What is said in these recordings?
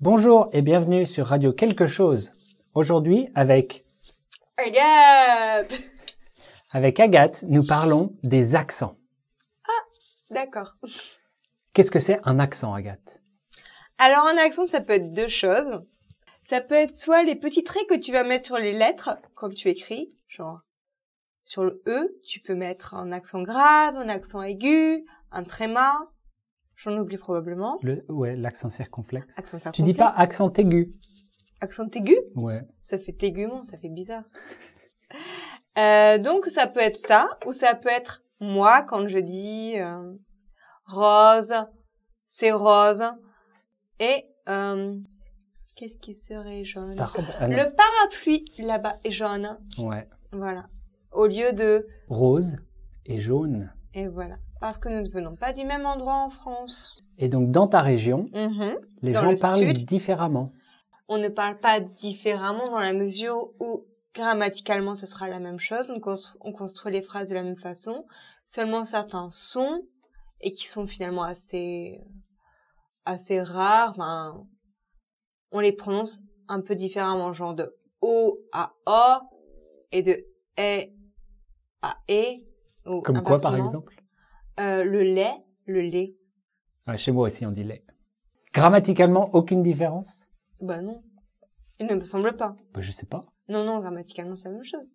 Bonjour et bienvenue sur Radio Quelque chose. Aujourd'hui, avec, Regarde avec Agathe, nous parlons des accents. D'accord. Qu'est-ce que c'est un accent, Agathe Alors un accent, ça peut être deux choses. Ça peut être soit les petits traits que tu vas mettre sur les lettres quand tu écris, genre sur le E, tu peux mettre un accent grave, un accent aigu, un tréma. J'en oublie probablement. Le, ouais, l'accent circonflexe. Accent Tu dis pas accent aigu. accent aigu Ouais. Ça fait tégument, ça fait bizarre. Euh, donc ça peut être ça, ou ça peut être moi quand je dis euh, rose, c'est rose, et euh, qu'est-ce qui serait jaune Ta robe, ah non. Le parapluie là-bas est jaune, Ouais. voilà. Au lieu de Rose et jaune. et voilà, parce que nous ne venons pas du même endroit en France. Et donc, dans ta région, Mhm. les Dans gens le parlent sud. différemment. on ne parle pas différemment dans la mesure où grammaticalement ce sera la même chose, donc on, s- on construit les phrases de la même façon, seulement certains sons, et qui sont finalement assez, assez rares, enfin, on les prononce un peu différemment, genre de O à O, et de E à E, ou Comme quoi, par inversement. exemple Euh, Le lait, le lait, Ouais, Chez moi aussi, on dit lait. Grammaticalement, aucune différence bah non, il ne me semble pas. bah, Je sais pas. Non, non, grammaticalement c'est la même chose.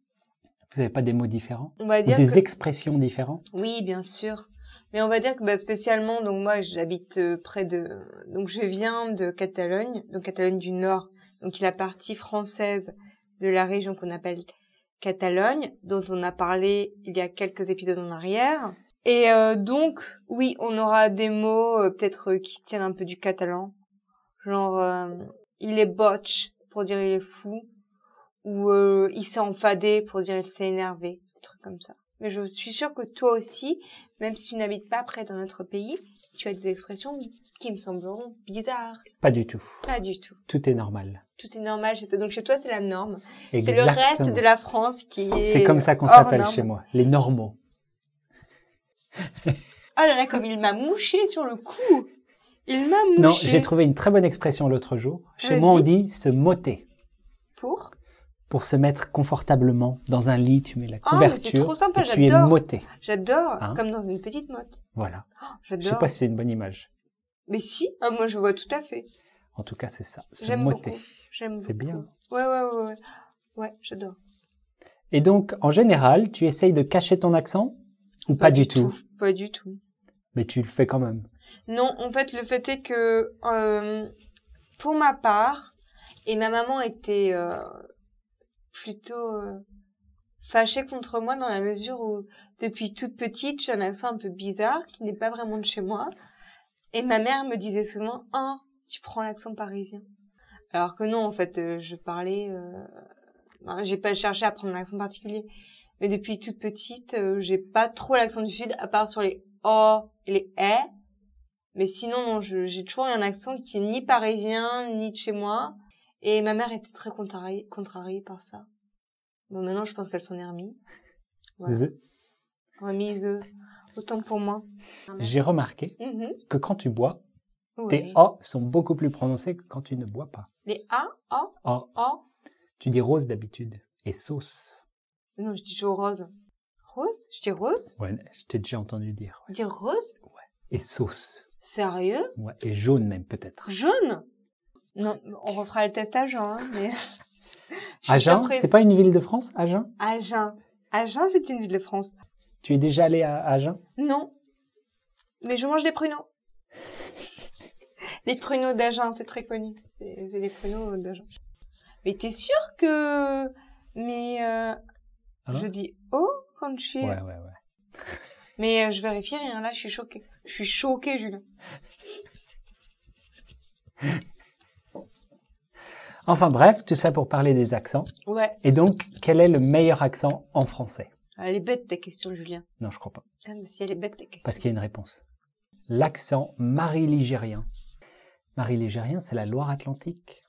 Vous avez pas des mots différents On va Ou dire des que- expressions différentes Oui, bien sûr. Mais on va dire que bah, spécialement, donc moi j'habite euh, près de, donc je viens de Catalogne, donc Catalogne du Nord, donc la partie française de la région qu'on appelle Catalogne, dont on a parlé il y a quelques épisodes en arrière. Et euh, donc oui, on aura des mots euh, peut-être euh, qui tiennent un peu du catalan, genre euh, il est botch pour dire il est fou, ou euh, il s'est enfadé pour dire il s'est énervé, des trucs comme ça. Mais je suis sûre que toi aussi, même si tu n'habites pas près d'un autre pays, tu as des expressions qui me sembleront bizarres. Pas du tout. Pas du tout. Tout est normal. Tout est normal chez toi. Donc chez toi, c'est la norme. C'est le Exactement. reste de la France qui est. C'est comme ça qu'on hors s'appelle norme. chez moi, les normaux. Oh là là, comme il m'a mouché sur le cou. Il m'a mouché. Non, j'ai trouvé une très bonne expression l'autre jour. Chez Vas-y. moi, on dit se motter. Pour. Pour se mettre confortablement dans un lit, tu mets la Ah, mais c'est couverture trop sympa, et tu es j'adore. moté. J'adore. Hein comme dans une petite motte. Voilà. Oh, Je sais J'adore. pas si c'est une bonne image. Mais si. Ah, moi, je vois tout à fait. En tout cas, c'est ça, se J'aime motter. beaucoup. J'aime C'est beaucoup. bien. Ouais, ouais, ouais, ouais. Ouais, j'adore. Et donc, en général, tu essayes de cacher ton accent ou pas, du tout. Pas du tout. mais tu le fais quand même. Non, en fait, le fait est que euh, pour ma part, et ma maman était euh, plutôt euh, fâchée contre moi dans la mesure où depuis toute petite, j'ai un accent un peu bizarre qui n'est pas vraiment de chez moi. Et ma mère me disait souvent « Oh, tu prends l'accent parisien ». Alors que non, en fait, euh, je parlais... Euh, ben, j'ai pas cherché à prendre un accent particulier. Mais depuis toute petite, euh, j'ai pas trop l'accent du Sud, à part sur les « O » et les « E ». Mais sinon, non, je- j'ai toujours eu un accent qui est ni parisien, ni de chez moi. Et ma mère était très contrariée, contrariée par ça. Bon, maintenant, je pense qu'elle s'en est remise. Voilà. Z- Remise, euh, autant pour moi. J'ai remarqué Mhm. que quand tu bois, tes Oui. O sont beaucoup plus prononcés que quand tu ne bois pas. Les A, O, O, O. tu dis rose d'habitude et sauce. Non, je dis toujours rose. Rose Je dis rose Ouais, je t'ai déjà entendu dire. Je dis rose Et sauce. Sérieux Ouais, et jaune même peut-être. Jaune Non, on refera le test à Jean. Hein, mais... Je suis Agen, surprise. c'est pas une ville de France, Agen Agen. Agen, c'est une ville de France. Tu es déjà allé à Agen Non. Mais je mange des pruneaux. les pruneaux d'Agen, c'est très connu. C'est c'est les pruneaux d'Agen. Mais t'es sûr que... Mais euh, Hein je dis oh quand je suis... Ouais, ouais, ouais. Mais euh, je vérifie rien, là je suis choquée. Je suis choquée, Julien. Enfin bref, tout ça pour parler des accents. Ouais, Et donc, quel est le meilleur accent en français elle est bête ta question, Julien. Non, je crois pas. Ah, mais si elle est bête ta question. Parce qu'il y a une réponse. L'accent marie-ligérien. Marie-ligérien, c'est la Loire-Atlantique.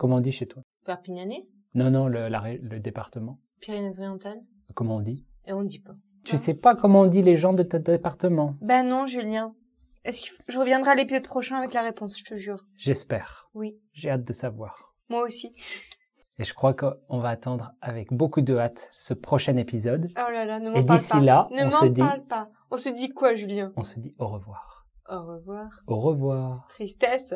Comment on dit chez toi Perpignanais Non, non, le, la ré- le département. Pyrénées-Orientales Comment on dit Et on dit pas. Tu Ouais. sais pas comment on dit les gens de ton département Bah Ben non, Julien. Est-ce que je reviendrai à l'épisode prochain avec la réponse, je te jure. J'espère. Oui. J'ai hâte de savoir. Moi aussi. Et je crois qu'on va attendre avec beaucoup de hâte ce prochain épisode. Oh là là, ne Et m'en parle d'ici pas. là, Ne on se m'en dit, parle pas. On se dit quoi, Julien on se dit au revoir. Au revoir. Au revoir. Tristesse.